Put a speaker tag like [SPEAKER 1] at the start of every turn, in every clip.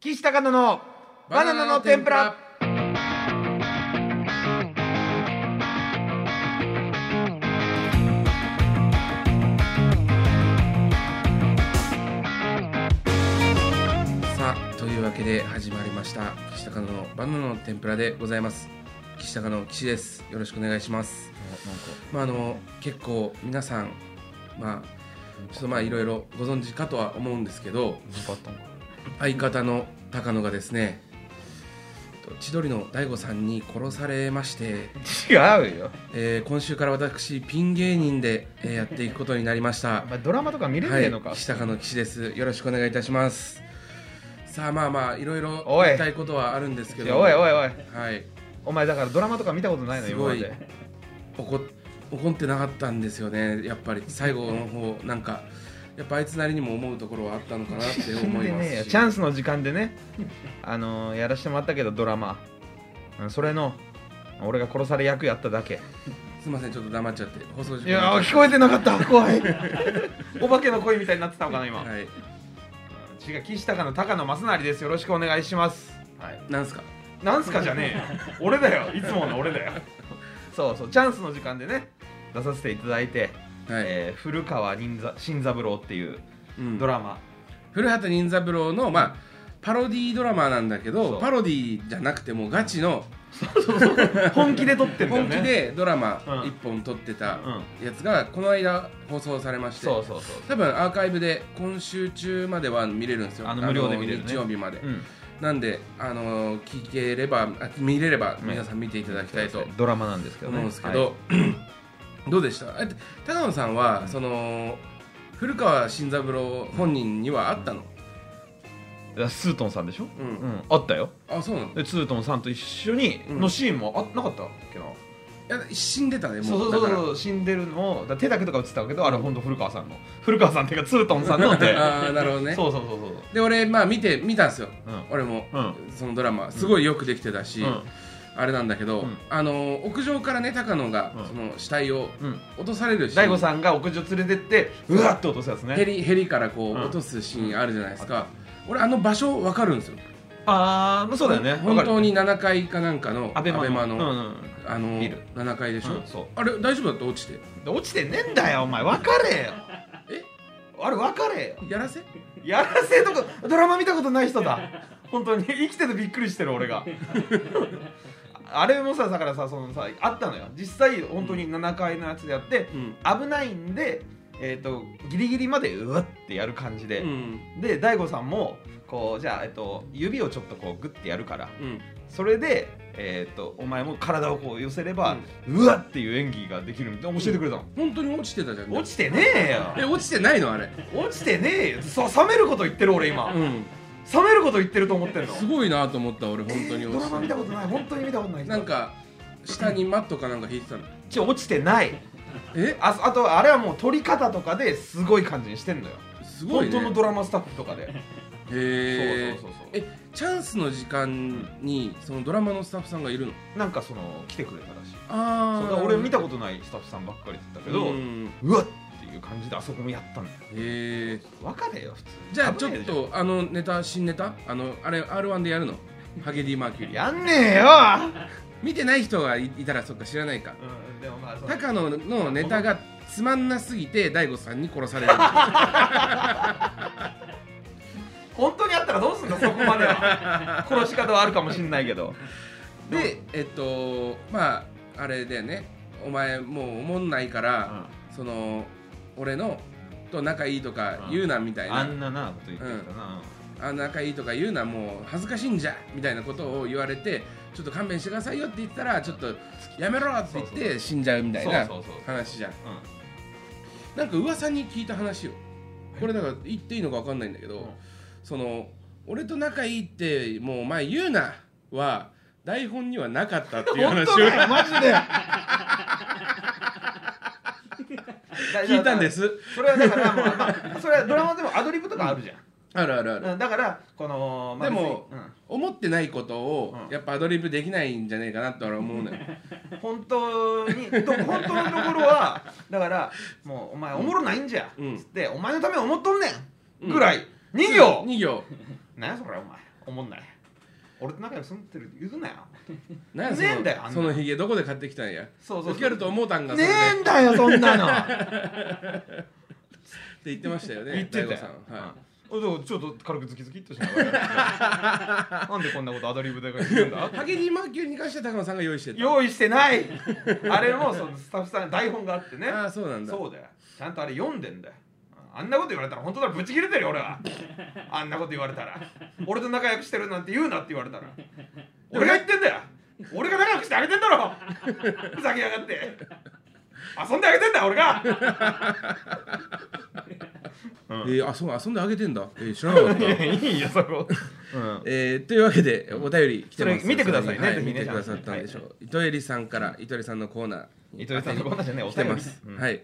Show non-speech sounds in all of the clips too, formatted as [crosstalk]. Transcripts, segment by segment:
[SPEAKER 1] 岸高野のバナナの天ぷら。
[SPEAKER 2] さあというわけで始まりました岸高野のバナナの天ぷらでございます岸高野岸ですよろしくお願いしますまああの結構皆さんまあちょっとまあいろいろご存知かとは思うんですけど相方の高野がですね千鳥の大悟さんに殺されまして、
[SPEAKER 1] 違うよ。
[SPEAKER 2] えー今週から私ピン芸人で、えーやっていくことになりました
[SPEAKER 1] [laughs] お前ドラマとか見れね
[SPEAKER 2] は
[SPEAKER 1] え
[SPEAKER 2] い
[SPEAKER 1] のか。、
[SPEAKER 2] 岸高の岸です。よろしくお願いいたします。さあ、まあまあ、いろいろ
[SPEAKER 1] おい
[SPEAKER 2] 言いたいことはあるんですけ
[SPEAKER 1] い
[SPEAKER 2] ど。
[SPEAKER 1] やおいおいおい。
[SPEAKER 2] はい、
[SPEAKER 1] お前だからドラマとか見たことないの
[SPEAKER 2] す
[SPEAKER 1] 今ま
[SPEAKER 2] ごい
[SPEAKER 1] で。
[SPEAKER 2] 怒っ、怒ってなかったんですよね。やっぱり最後の方、なんか。やっぱあいつなりにも思うところはあったのかなって
[SPEAKER 1] 死ん
[SPEAKER 2] 思い
[SPEAKER 1] で
[SPEAKER 2] ま
[SPEAKER 1] ねえ
[SPEAKER 2] す
[SPEAKER 1] よ
[SPEAKER 2] し。
[SPEAKER 1] チャンスの時間でね、あのーやらしてもらったけどドラマ、うんそれの俺が殺され役やっただけ。
[SPEAKER 2] すみません、ちょっと黙っちゃって、放送事
[SPEAKER 1] い
[SPEAKER 2] 故に
[SPEAKER 1] や
[SPEAKER 2] な
[SPEAKER 1] ー
[SPEAKER 2] っちゃ
[SPEAKER 1] 聞こえてなかった怖い。お化けの声みたいになってたのかな今。
[SPEAKER 2] ったはい、
[SPEAKER 1] 違う岸高の高野正成ですよろしくお願いします。
[SPEAKER 2] なんすか。
[SPEAKER 1] なんすかじゃねえよ俺だよいつもの俺だよそうそうチャンスの時間でね出させていただいて、
[SPEAKER 2] はい、
[SPEAKER 1] えー古川任三新三郎っていう
[SPEAKER 2] うん
[SPEAKER 1] ドラマ、
[SPEAKER 2] 古畑任三郎の、まあ。パロディードラマーなんだけ
[SPEAKER 1] そ
[SPEAKER 2] ど
[SPEAKER 1] う
[SPEAKER 2] パロディーじゃなくてもうガチの
[SPEAKER 1] 本気で撮ってんだよ
[SPEAKER 2] 本
[SPEAKER 1] ね
[SPEAKER 2] 気でドラマ
[SPEAKER 1] うん
[SPEAKER 2] 1本撮ってた
[SPEAKER 1] うん
[SPEAKER 2] やつがこの間放送されまして
[SPEAKER 1] そうそうそう
[SPEAKER 2] 多分アーカイブで今週中までは見れるんですよ
[SPEAKER 1] あの無料で見れるね
[SPEAKER 2] あの日曜日まで、
[SPEAKER 1] うん
[SPEAKER 2] なんであの聞ければあ見れれば皆さん見ていただきたいと
[SPEAKER 1] ドラマなんですけど
[SPEAKER 2] 思
[SPEAKER 1] ね
[SPEAKER 2] うんですけど、 [clears throat] どうでしたえ高野さんは、
[SPEAKER 1] うん
[SPEAKER 2] その古川新三郎本人にはあったの、
[SPEAKER 1] はいスートンさんでしょ、
[SPEAKER 2] うん
[SPEAKER 1] うん、あったよ
[SPEAKER 2] あそうなのい
[SPEAKER 1] でツートンさんと一緒に
[SPEAKER 2] うん
[SPEAKER 1] のシーンもあなかったっけな、
[SPEAKER 2] や死んでたね
[SPEAKER 1] そう
[SPEAKER 2] も
[SPEAKER 1] そううそう
[SPEAKER 2] だか
[SPEAKER 1] そ
[SPEAKER 2] ら
[SPEAKER 1] う死んでるのをだから手だけとか映ってたけどあれ本当古川さんの古川さんっていうかツートンさんの手
[SPEAKER 2] [laughs] あーなるほどね
[SPEAKER 1] そうそうそうそう
[SPEAKER 2] で俺まあ見て見たんですよ、
[SPEAKER 1] うん
[SPEAKER 2] 俺も、
[SPEAKER 1] う
[SPEAKER 2] そのドラマすごいよくできてたし、
[SPEAKER 1] うん
[SPEAKER 2] あれなんだけど、
[SPEAKER 1] うん
[SPEAKER 2] あの屋上からね高野が、
[SPEAKER 1] うん
[SPEAKER 2] その死体を
[SPEAKER 1] うん
[SPEAKER 2] 落とされるシーン
[SPEAKER 1] 大悟さんが屋上連れてってうわっと落とすやつ
[SPEAKER 2] ヘ
[SPEAKER 1] ね
[SPEAKER 2] リヘリからこう
[SPEAKER 1] うん
[SPEAKER 2] 落とすシーンあるじゃないですか、俺あの場所分かるんですよ
[SPEAKER 1] ああそうだよね
[SPEAKER 2] 本当
[SPEAKER 1] に
[SPEAKER 2] に7階かなんかの
[SPEAKER 1] アベマの
[SPEAKER 2] の,、
[SPEAKER 1] うんうん
[SPEAKER 2] あの
[SPEAKER 1] ビル
[SPEAKER 2] 7階でしょ、
[SPEAKER 1] うんそう
[SPEAKER 2] あれ大丈夫だった落ちて
[SPEAKER 1] で落ちてねえんだよお前分かれよ
[SPEAKER 2] え
[SPEAKER 1] あれ分かれよ
[SPEAKER 2] やらせ
[SPEAKER 1] やらせとかドラマ見たことない人だ本当に生きててびっくりしてる俺
[SPEAKER 2] [laughs]
[SPEAKER 1] があれもさだからさそのさあったのよ実際本当に7階のやつでやって、
[SPEAKER 2] うん
[SPEAKER 1] 危ないんでえっ、とギリギリまでうわってやる感じで、
[SPEAKER 2] うん
[SPEAKER 1] で大悟さんもこうじゃあ、えっと、指をちょっとこうグッてやるから
[SPEAKER 2] うん
[SPEAKER 1] それで、えー、とお前も体をこう寄せれば、うわっていう演技ができるみたいな教えてくれたの、
[SPEAKER 2] 本当に落ちてたじゃん
[SPEAKER 1] 落ちてねえ
[SPEAKER 2] え
[SPEAKER 1] よ
[SPEAKER 2] 落ちてないのあれ
[SPEAKER 1] 落ちてねえよさ冷めること言ってる俺今、
[SPEAKER 2] うん
[SPEAKER 1] 冷めること言ってると思ってるの
[SPEAKER 2] すごいなと思った俺本当に
[SPEAKER 1] ド
[SPEAKER 2] 落
[SPEAKER 1] ラ
[SPEAKER 2] ち
[SPEAKER 1] マ見
[SPEAKER 2] て
[SPEAKER 1] たことない本当に見たことない人
[SPEAKER 2] なんか下にマットかなんか引いてたの
[SPEAKER 1] ちょ落ちてない
[SPEAKER 2] え
[SPEAKER 1] ああとあれはもう撮り方とかですごい感じにしてんのよ
[SPEAKER 2] すごいね
[SPEAKER 1] 本当のドラマスタッフとかで
[SPEAKER 2] へえ
[SPEAKER 1] そうそうそうそう
[SPEAKER 2] えチャンスの時間にそのドラマのスタッフさんがいるの
[SPEAKER 1] なんかその来てくれたらしい
[SPEAKER 2] あ
[SPEAKER 1] そうだから俺見たことないスタッフさんばっかりだったけど、
[SPEAKER 2] うん
[SPEAKER 1] うわっっていう感じであそこもやったんだよ
[SPEAKER 2] へえ
[SPEAKER 1] 分かれよ普通
[SPEAKER 2] じゃあち
[SPEAKER 1] 危
[SPEAKER 2] ょっ
[SPEAKER 1] ないでし
[SPEAKER 2] とあのネタ新ネタあのあれ R1 でやるのハゲディ・マーキュリー
[SPEAKER 1] やんねえよ、
[SPEAKER 2] 見てない人がいいたらそっか知らないか
[SPEAKER 1] うん、でもまあその
[SPEAKER 2] 高野のネタがつまんなすぎて大悟さんに殺される
[SPEAKER 1] 本当にあったらどうすんだそこまで
[SPEAKER 2] [laughs]
[SPEAKER 1] は殺し方はあるかもしんないけど
[SPEAKER 2] でえっとまああれだよねお前もう思んないから、その俺のと仲いいとか言うなみたいな、
[SPEAKER 1] あんななこと言ってたな、
[SPEAKER 2] あ仲いいとか言うのはもう恥ずかしいんじゃみたいなことを言われてちょっと勘弁してくださいよって言ったらちょっとやめろって言っ
[SPEAKER 1] そうそ
[SPEAKER 2] て死んじゃうみたいな
[SPEAKER 1] そうそうそう
[SPEAKER 2] 話じゃん
[SPEAKER 1] うん
[SPEAKER 2] なんか噂に聞いた話よこれだから言っていいのか分かんないんだけど、
[SPEAKER 1] うん
[SPEAKER 2] その俺と仲いいってもう前言うなは台本にはなかったっていう話を
[SPEAKER 1] マジで
[SPEAKER 2] [laughs] 聞いたんです
[SPEAKER 1] それはだからもう、まあ、それはドラマでもアドリブとかあるじゃん、
[SPEAKER 2] あるあるある、
[SPEAKER 1] うんだからこの、まあ
[SPEAKER 2] でも
[SPEAKER 1] 別にうん
[SPEAKER 2] 思ってないことを
[SPEAKER 1] うん
[SPEAKER 2] やっぱアドリブできないんじゃないかなって俺は思うのよ
[SPEAKER 1] 本当にと本当のところはだからもうお前おもろないんじゃ、
[SPEAKER 2] うん
[SPEAKER 1] つってお前のために思っとんね
[SPEAKER 2] うんん
[SPEAKER 1] ぐらい、2行
[SPEAKER 2] 2行
[SPEAKER 1] 何やそれお前おもんない俺と仲良く住んでる言うなよ
[SPEAKER 2] なんや
[SPEAKER 1] ねえんだよあんな
[SPEAKER 2] そのそのヒゲどこで買ってきたんや
[SPEAKER 1] そうそう
[SPEAKER 2] 受けると思うたんが
[SPEAKER 1] ね
[SPEAKER 2] それで
[SPEAKER 1] えんだよそん
[SPEAKER 2] [laughs]
[SPEAKER 1] なの
[SPEAKER 2] って言ってましたよね
[SPEAKER 1] 言ってた
[SPEAKER 2] 大
[SPEAKER 1] よ
[SPEAKER 2] 悟さんはい
[SPEAKER 1] うんちょっと軽くズキズキっとしながら [laughs] なんでこんなことアドリブで言うんだ
[SPEAKER 2] [laughs] 竹島牛に関して高野さんが用意してた
[SPEAKER 1] 用意してないあれもそのスタッフさん台本があってね
[SPEAKER 2] ああそうなんだ
[SPEAKER 1] そうだよちゃんとあれ読んでんだよあんなこと言われたら本当ならブチ切れてるよ俺 [laughs] はあんなこと言われたら俺と仲良くしてるなんて言うなって言われた [laughs] ら俺が言ってんだよ俺が仲良くしてあげてんだろ [laughs] ふざけやがって遊んであげてんだ俺が
[SPEAKER 2] えーあそう遊んであげてんだ、えー知らなかっ
[SPEAKER 1] [laughs]
[SPEAKER 2] た
[SPEAKER 1] いいよそこ、うん、
[SPEAKER 2] えーというわけでお便り来てます
[SPEAKER 1] それ見てくださいね
[SPEAKER 2] はい
[SPEAKER 1] ぜひね
[SPEAKER 2] 見てくださったんでしょう、糸襟さんから糸襟さんのコーナーに
[SPEAKER 1] 糸井さんのことじゃねえお
[SPEAKER 2] 来て
[SPEAKER 1] 便り
[SPEAKER 2] ます、
[SPEAKER 1] うん
[SPEAKER 2] はい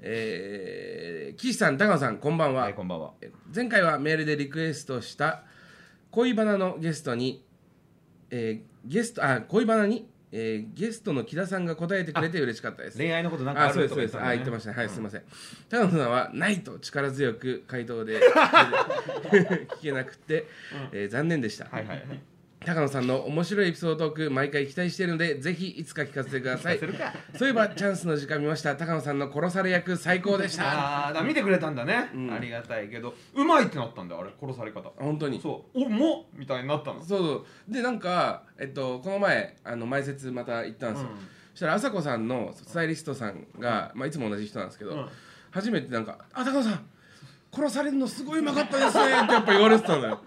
[SPEAKER 2] えー、岸さん高野さんこんばんは、
[SPEAKER 1] はいこんばんは
[SPEAKER 2] 前回はメールでリクエストした恋バナのゲストに、えーゲストあ恋バナに、えーゲストの木田さんが答えてくれて嬉しかったです
[SPEAKER 1] 恋愛のことなんか
[SPEAKER 2] あ
[SPEAKER 1] あ
[SPEAKER 2] そうで
[SPEAKER 1] ると
[SPEAKER 2] すそ
[SPEAKER 1] か
[SPEAKER 2] う
[SPEAKER 1] 言
[SPEAKER 2] で
[SPEAKER 1] って
[SPEAKER 2] す
[SPEAKER 1] た
[SPEAKER 2] あ言ってましたはいすいません高野さんは「ない」と力強く回答
[SPEAKER 1] [laughs]
[SPEAKER 2] で聞けなくて、えー残念でした、
[SPEAKER 1] はいはい
[SPEAKER 2] 高野さんの面白いエピソードトーク毎回期待しているのでぜひいつか聞かせてく
[SPEAKER 1] [laughs]
[SPEAKER 2] ださい
[SPEAKER 1] するか
[SPEAKER 2] そういえばチャンスの時間見ました高野さんの殺され役最高でした
[SPEAKER 1] ああだから見てくれたんだね、
[SPEAKER 2] ん
[SPEAKER 1] ありがたいけどうまいってなったんだよあれ殺され方
[SPEAKER 2] 本当に
[SPEAKER 1] そうおもみたいになったの
[SPEAKER 2] そうそうでなんか、えっと、この前あの前説また行ったんですよ、
[SPEAKER 1] うん
[SPEAKER 2] そしたら朝子さんのスタイリストさんが、まあ、いつも同じ人なんですけど、
[SPEAKER 1] うん
[SPEAKER 2] 初めてなんか「あ高野さん殺されるのすごいうまかったですね」ってやっぱ言われてたのよ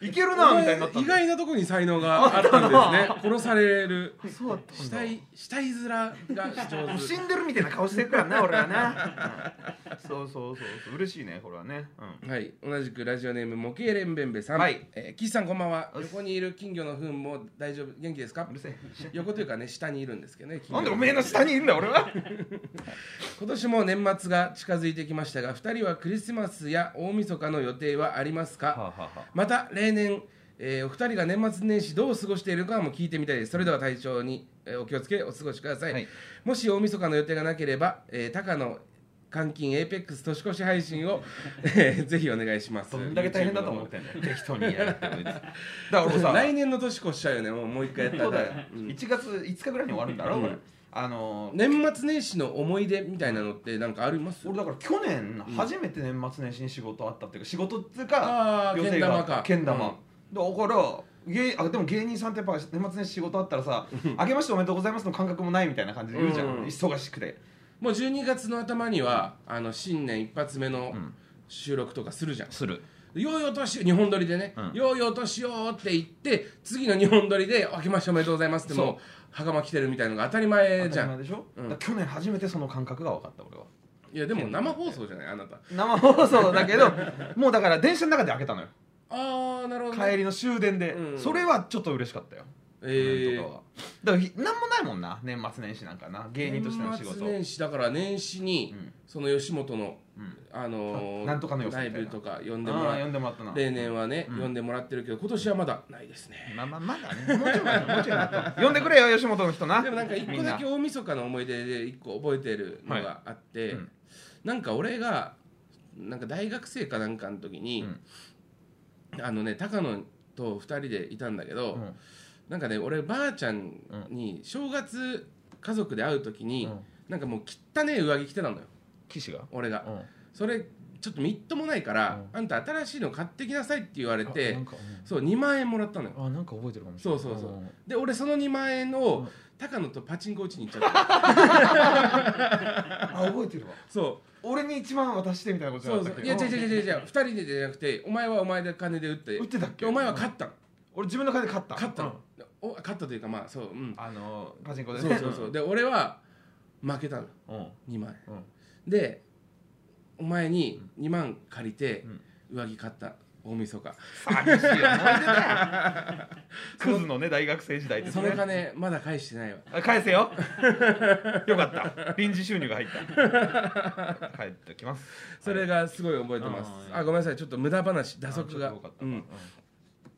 [SPEAKER 1] いける
[SPEAKER 2] お
[SPEAKER 1] なみたい
[SPEAKER 2] 前
[SPEAKER 1] になった
[SPEAKER 2] 意
[SPEAKER 1] んだよ
[SPEAKER 2] 外なとこに才能があった
[SPEAKER 1] [laughs]
[SPEAKER 2] んですね殺される
[SPEAKER 1] そうだったん
[SPEAKER 2] 死
[SPEAKER 1] だ
[SPEAKER 2] 体死体面が
[SPEAKER 1] [laughs]
[SPEAKER 2] 上手
[SPEAKER 1] 死んでるみたいな顔してるから [laughs] な俺はな、うんそうそうそうそう嬉しいねこれはね、うん、
[SPEAKER 2] はい、同じくラジオネーム模型レンベンベさん、
[SPEAKER 1] はい
[SPEAKER 2] えー岸さんこんばんは
[SPEAKER 1] おっす
[SPEAKER 2] 横にいる金魚の糞も大丈夫元気ですか
[SPEAKER 1] うるせえ
[SPEAKER 2] 横というかね下にいるんですけどね金
[SPEAKER 1] な
[SPEAKER 2] 魚
[SPEAKER 1] んでおめえの下にいるんだ俺 [laughs] は
[SPEAKER 2] 今年も年末が近づいてきましたが2人はクリスマスや大晦日の予定はありますか、また例年、えーお二人が年末年始どう過ごしているかも聞いてみたいですそれでは体調に、えーお気をつけお過ごしください、
[SPEAKER 1] はい
[SPEAKER 2] もし大晦日の予定がなければ、えー、高野監禁 APEX 年越し配
[SPEAKER 1] [laughs]
[SPEAKER 2] 信を、えーぜひお願いします
[SPEAKER 1] どんだけ大変だと思ってんだよ適当にやるって別に [laughs] だから俺 [laughs] さ
[SPEAKER 2] 来年の年越しちゃうよねもうもう一回やった
[SPEAKER 1] そ
[SPEAKER 2] ら
[SPEAKER 1] うだよ
[SPEAKER 2] うん
[SPEAKER 1] 1月5日ぐらいに終わるんだろ、
[SPEAKER 2] うん
[SPEAKER 1] これあのー
[SPEAKER 2] 年末年始の思い出みたいなのってなんかあります
[SPEAKER 1] 俺だから去年初めて年末年始に仕事あったっていうか仕事っていうか
[SPEAKER 2] あー
[SPEAKER 1] 予定があったけ
[SPEAKER 2] け
[SPEAKER 1] ん
[SPEAKER 2] ん
[SPEAKER 1] 玉
[SPEAKER 2] 玉
[SPEAKER 1] だから芸あでも芸人さんってやっぱ年末年始仕事あったらさ「あげましておめでとうございます」の感覚もないみたいな感じで言うじゃん、
[SPEAKER 2] うん
[SPEAKER 1] 忙しくて
[SPEAKER 2] もう12月の頭にはあの新年一発目の
[SPEAKER 1] ん
[SPEAKER 2] 収録とかするじゃん、
[SPEAKER 1] する
[SPEAKER 2] よいお年を日本撮りでね、
[SPEAKER 1] うん
[SPEAKER 2] よいお年をって言って次の日本撮りで「明けましておめでとうございます」ってもう袴着てるみたいのが当たり前じゃん
[SPEAKER 1] でしょ、
[SPEAKER 2] うん
[SPEAKER 1] だから去年初めてその感覚が分かった俺はい
[SPEAKER 2] やでも生放送じゃないあなた
[SPEAKER 1] 生放送だけど [laughs] もうだから電車の中で開けたのよ
[SPEAKER 2] ああなるほど、
[SPEAKER 1] 帰りの終電で、
[SPEAKER 2] うん
[SPEAKER 1] それはちょっと嬉しかったよ
[SPEAKER 2] え
[SPEAKER 1] 去年とか
[SPEAKER 2] ー
[SPEAKER 1] はだからひ何もないもんな年末年始なんかな芸人としての仕
[SPEAKER 2] 年
[SPEAKER 1] 事
[SPEAKER 2] 末年始だから年始に、
[SPEAKER 1] うん
[SPEAKER 2] その吉本の、
[SPEAKER 1] うん
[SPEAKER 2] あのー
[SPEAKER 1] あなんとかの予想
[SPEAKER 2] ラ
[SPEAKER 1] みた
[SPEAKER 2] イ
[SPEAKER 1] いな
[SPEAKER 2] ブとか呼んでも
[SPEAKER 1] ああ
[SPEAKER 2] ら
[SPEAKER 1] 呼
[SPEAKER 2] っ
[SPEAKER 1] んでもらったな
[SPEAKER 2] 例年はね、
[SPEAKER 1] うん
[SPEAKER 2] 呼んでもらってるけど今年はまだないですね
[SPEAKER 1] まあまあまだねもうちょい待ってもうちょい待 [laughs] って呼んでくれよ吉本の人な
[SPEAKER 2] でもなんか一
[SPEAKER 1] み
[SPEAKER 2] 個だけ
[SPEAKER 1] な
[SPEAKER 2] 大晦日の思い出で一個覚えてるのがあって、
[SPEAKER 1] いうん
[SPEAKER 2] なんか俺がなんか大学生かなんかの時に、あのね高野と2人でいたんだけど、
[SPEAKER 1] うん
[SPEAKER 2] なんかね俺ばあちゃんに正月家族で会う時に、
[SPEAKER 1] うん
[SPEAKER 2] なんかもう汚ねえ上着着てたのよ
[SPEAKER 1] 岸が
[SPEAKER 2] 俺が、それちょっとみっともないから、あんた新しいの買ってきなさいって言われ
[SPEAKER 1] あ
[SPEAKER 2] て
[SPEAKER 1] なんか
[SPEAKER 2] そう2万円もらったのよ
[SPEAKER 1] うんあなんか覚えてるかもしれな
[SPEAKER 2] そう
[SPEAKER 1] い
[SPEAKER 2] そうそう、
[SPEAKER 1] ん
[SPEAKER 2] で俺その2万円を高野とパチンコ打ちに行っちゃっ
[SPEAKER 1] [laughs]
[SPEAKER 2] た
[SPEAKER 1] あ覚えてるわ
[SPEAKER 2] そう
[SPEAKER 1] 俺に一万渡してみたいなことじゃな
[SPEAKER 2] そう
[SPEAKER 1] か
[SPEAKER 2] そ
[SPEAKER 1] ったっ
[SPEAKER 2] うい
[SPEAKER 1] け
[SPEAKER 2] や違う違う違う違う2人でじゃなくてお前はお前で金で打って
[SPEAKER 1] 打ってたっけ
[SPEAKER 2] でお前は
[SPEAKER 1] 勝
[SPEAKER 2] 勝ったの
[SPEAKER 1] 俺自分の金で勝った
[SPEAKER 2] 勝ったの
[SPEAKER 1] うん
[SPEAKER 2] お勝ったというかまあそううん
[SPEAKER 1] あのパチンコで
[SPEAKER 2] そうそうそうで俺は負けたの
[SPEAKER 1] うん
[SPEAKER 2] 2万円
[SPEAKER 1] うん
[SPEAKER 2] でお前に2万借りて
[SPEAKER 1] うん
[SPEAKER 2] 上着買った大晦日
[SPEAKER 1] 寂しい思い出だよ [laughs] クズのね大学生時代です
[SPEAKER 2] その
[SPEAKER 1] ね
[SPEAKER 2] 金まだ返してないわ
[SPEAKER 1] あ返せよよかった臨時収入が入 [laughs] った帰ってきます
[SPEAKER 2] [laughs] それがすごい覚えてます
[SPEAKER 1] はい
[SPEAKER 2] あごめんなさいちょっと無駄話打足
[SPEAKER 1] あ
[SPEAKER 2] が
[SPEAKER 1] ちょっと多かった
[SPEAKER 2] う
[SPEAKER 1] か
[SPEAKER 2] ん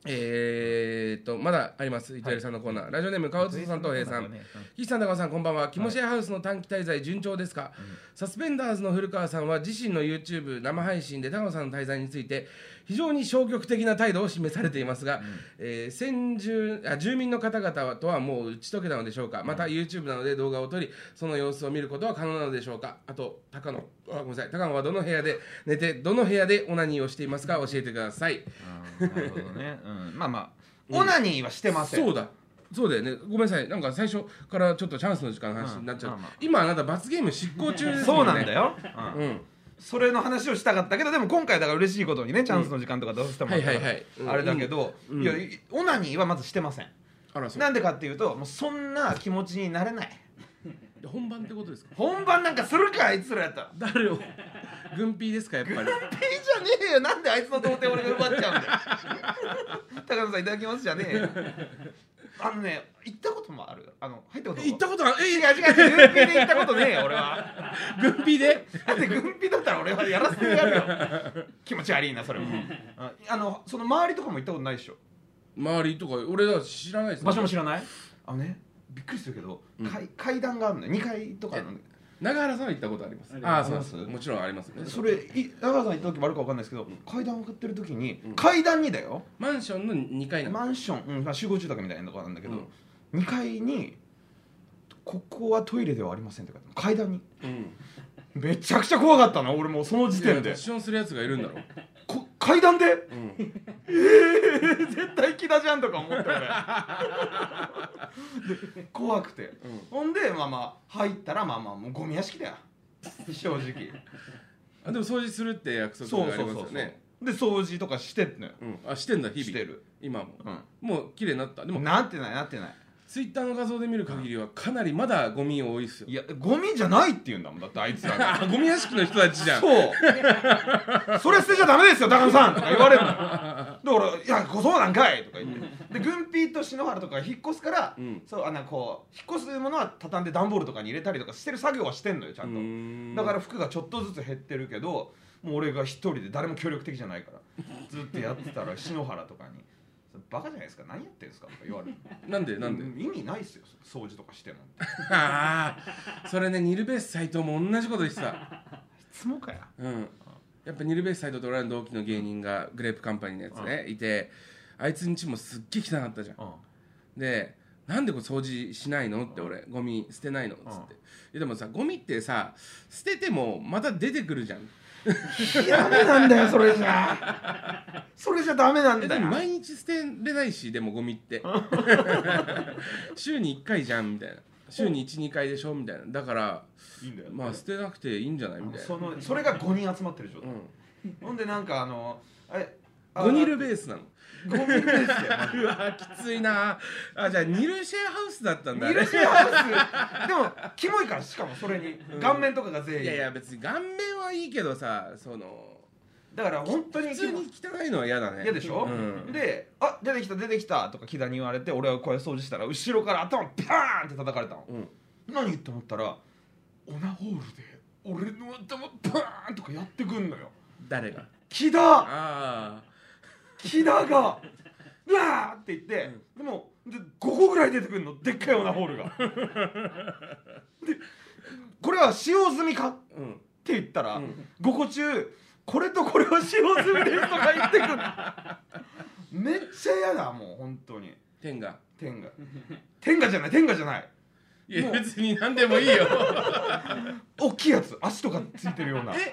[SPEAKER 2] えーっとまだあります糸井さんのコーナーラジオネーム川内さんと平さん岸さん、高尾さん、こんばんは。キモシェアハウスの短期滞在、順調ですか、サスペンダーズの古川さんは、自身の YouTube 生配信で高尾さんの滞在について、非常に消極的な態度を示されていますが、えー先住あ住民の方々とはもう打ち解けたのでしょうかまた YouTube などで動画を撮りその様子を見ることは可能なのでしょうかあと高野あごめんなさい高野はどの部屋で寝てどの部屋でオナニーをしていますか教えてください
[SPEAKER 1] うんなるほどね、うん、まあまあオナニーはしてません、
[SPEAKER 2] そうだそうだよねごめんなさいなんか最初からちょっとチャンスの時間の話になっちゃう、
[SPEAKER 1] うんまあまあ
[SPEAKER 2] 今あなた罰ゲーム執行中です
[SPEAKER 1] そ
[SPEAKER 2] も
[SPEAKER 1] うん
[SPEAKER 2] ね
[SPEAKER 1] なんだよ、うん
[SPEAKER 2] うん
[SPEAKER 1] それの話をしたかったけどでも今回だから嬉しいことにねチャンスの時間とかどうしてもらったから
[SPEAKER 2] はいはいはいうん
[SPEAKER 1] あれだけど、
[SPEAKER 2] うん
[SPEAKER 1] いやいオナニーはまずしてません
[SPEAKER 2] あらそう
[SPEAKER 1] なんでかっていうともうそんな気持ちになれない
[SPEAKER 2] 本番ってことですか
[SPEAKER 1] 本番なんかするかあいつらやったら
[SPEAKER 2] 誰を軍ピーですかやっぱり
[SPEAKER 1] ピーじゃねえよなんであいつの童貞俺が奪っちゃうんだよ
[SPEAKER 2] [laughs]
[SPEAKER 1] 高野さんいただきますじゃねえよあのね行ったこともあるあの入ったことも
[SPEAKER 2] 行ったことあ
[SPEAKER 1] 違う
[SPEAKER 2] え
[SPEAKER 1] 違う軍艇で行ったことねえ
[SPEAKER 2] [laughs]
[SPEAKER 1] よ俺は
[SPEAKER 2] 軍ピーで
[SPEAKER 1] だって軍備だったら俺はやらせてやる
[SPEAKER 2] [laughs]
[SPEAKER 1] よ気持ち悪いなそれもああのその周りとかも行ったことないでしょ
[SPEAKER 2] 周りとか俺ら知らないですね
[SPEAKER 1] 場所も知らないあのねびっくりするけど、
[SPEAKER 2] うん
[SPEAKER 1] 階階段があるのよ2階とかなのよ
[SPEAKER 2] 長原さんは行ったことあります
[SPEAKER 3] あり
[SPEAKER 2] あ
[SPEAKER 3] ま
[SPEAKER 2] あ
[SPEAKER 1] す
[SPEAKER 2] そうです
[SPEAKER 1] あります
[SPEAKER 2] もちろんありますね
[SPEAKER 1] それい長原さん行った時もあるか分かんないですけど、階段を上がってる時に、
[SPEAKER 2] うん
[SPEAKER 1] 階段にだよ
[SPEAKER 2] マンションの2階なの
[SPEAKER 1] マンション、うんまあ、集合住宅みたいなとこなんだけど、
[SPEAKER 2] うん
[SPEAKER 1] 2階に「ここはトイレではありません」って書いてある階段に
[SPEAKER 2] うん
[SPEAKER 1] めちゃくちゃ怖かったな俺もうその時点
[SPEAKER 2] いや
[SPEAKER 1] で
[SPEAKER 2] 立ちションするやつがいるんだろ
[SPEAKER 1] こ階段で
[SPEAKER 2] うん
[SPEAKER 1] 絶対木田じゃんとか思ったからで [laughs] 怖くて
[SPEAKER 2] うん
[SPEAKER 1] ほんでまあまあ入ったらまあまあもうゴミ屋敷だよ正直
[SPEAKER 2] あでも掃除するって約
[SPEAKER 1] そう
[SPEAKER 2] 束
[SPEAKER 1] そう
[SPEAKER 2] があ
[SPEAKER 1] そう
[SPEAKER 2] ります
[SPEAKER 1] そう
[SPEAKER 2] よね
[SPEAKER 1] で掃除とかしてんのよ
[SPEAKER 2] うんあしてんだ日々
[SPEAKER 1] してる
[SPEAKER 2] 今も
[SPEAKER 1] うん
[SPEAKER 2] もう綺麗になったで
[SPEAKER 1] でも
[SPEAKER 2] も
[SPEAKER 1] なってないなってない
[SPEAKER 2] ツイッターの画像で見る限りはかなりまだゴミ多いっすよ
[SPEAKER 1] いやゴミじゃないって言うんだもんだってあいつら
[SPEAKER 2] [laughs]
[SPEAKER 1] が
[SPEAKER 2] あゴミ屋敷の人たちじゃん
[SPEAKER 1] そうそれ捨てちゃダメですよ高野さんとか言われるのよだから「いやそうなんかい」とか言ってで軍ピーと篠原とかが引っ越すから、
[SPEAKER 2] うん
[SPEAKER 1] そうあのこう引っ越すものは畳んで段ボールとかに入れたりとかしてる作業はしてんのよちゃんと。
[SPEAKER 2] ん
[SPEAKER 1] だから服がちょっとずつ減ってるけどもう俺が一人で誰も協力的じゃないからずっとやってた
[SPEAKER 2] [laughs]
[SPEAKER 1] ら篠原とかに「それバカじゃないですか何やってんですか?」とか言われる
[SPEAKER 2] なんでなんで
[SPEAKER 1] 意味ないっすよ掃除とかしても
[SPEAKER 2] ああ [laughs] それねニルベース斎藤も同じこと言ってた
[SPEAKER 1] いつもかや
[SPEAKER 2] うん、やっぱニルベースサイドと俺らの同期の芸人がグレープカンパニーのやつね、いてあいつん家もすっげえ汚かったじゃん
[SPEAKER 1] うん
[SPEAKER 2] でなんでこう掃除しないのって俺ゴミ捨てないのっつって、
[SPEAKER 1] うん
[SPEAKER 2] いやでもさゴミってさ捨ててもまた出てくるじゃん
[SPEAKER 1] ダメなんだよそれじゃそれじゃダメなん
[SPEAKER 2] え
[SPEAKER 1] だ
[SPEAKER 2] で
[SPEAKER 1] よ
[SPEAKER 2] も毎日捨てれないしでもゴミって
[SPEAKER 1] [laughs]
[SPEAKER 2] 週に1回じゃんみたいな週に12回でしょみたいなだから
[SPEAKER 1] いいんだよ
[SPEAKER 2] まあ捨てなくていいんじゃないみたいな
[SPEAKER 1] そのそれが5人集まってる状
[SPEAKER 2] う
[SPEAKER 1] 態、
[SPEAKER 2] ん
[SPEAKER 1] ほんでなんかあのえ
[SPEAKER 2] ゴニルベースなの
[SPEAKER 1] 5人ですよ
[SPEAKER 2] うわきついなあじゃあニルシェアハウスだったんだあ
[SPEAKER 1] ミ
[SPEAKER 2] れ
[SPEAKER 1] ルシーハウスでもキモいからしかもそれに顔面とかが全員、
[SPEAKER 2] いやいや別に顔面はいいけどさその
[SPEAKER 1] だから本当に
[SPEAKER 2] 普
[SPEAKER 1] キ
[SPEAKER 2] 通
[SPEAKER 1] モ
[SPEAKER 2] に
[SPEAKER 1] い
[SPEAKER 2] 汚いのは嫌だね
[SPEAKER 1] 嫌でしょ、
[SPEAKER 2] うん
[SPEAKER 1] で「あ出てきた出てきた」とか木田に言われて俺はこれ掃除したら後ろから頭パーンって叩かれたの、
[SPEAKER 2] うん
[SPEAKER 1] 何って思ったらオナホールで俺の頭パーンとかやってくんのよ
[SPEAKER 2] 誰が
[SPEAKER 1] 木田
[SPEAKER 2] あ
[SPEAKER 1] 木田が「うわー!」って言って、でもで5個ぐらい出てくるのでっかいオナホールがでこれは使用済みかっ
[SPEAKER 2] あうん
[SPEAKER 1] て言ったら、
[SPEAKER 2] うん
[SPEAKER 1] 5個中これとこれは使用済みですとか言ってくる [laughs] のめっちゃ嫌だもう本当に
[SPEAKER 2] 天が
[SPEAKER 1] 天
[SPEAKER 2] [laughs]
[SPEAKER 1] 下天下じゃない天下じゃない
[SPEAKER 2] い
[SPEAKER 1] も
[SPEAKER 2] や
[SPEAKER 1] う
[SPEAKER 2] 別に何でもいいよ
[SPEAKER 1] 大きいやつ足とかついてるような
[SPEAKER 2] [laughs] え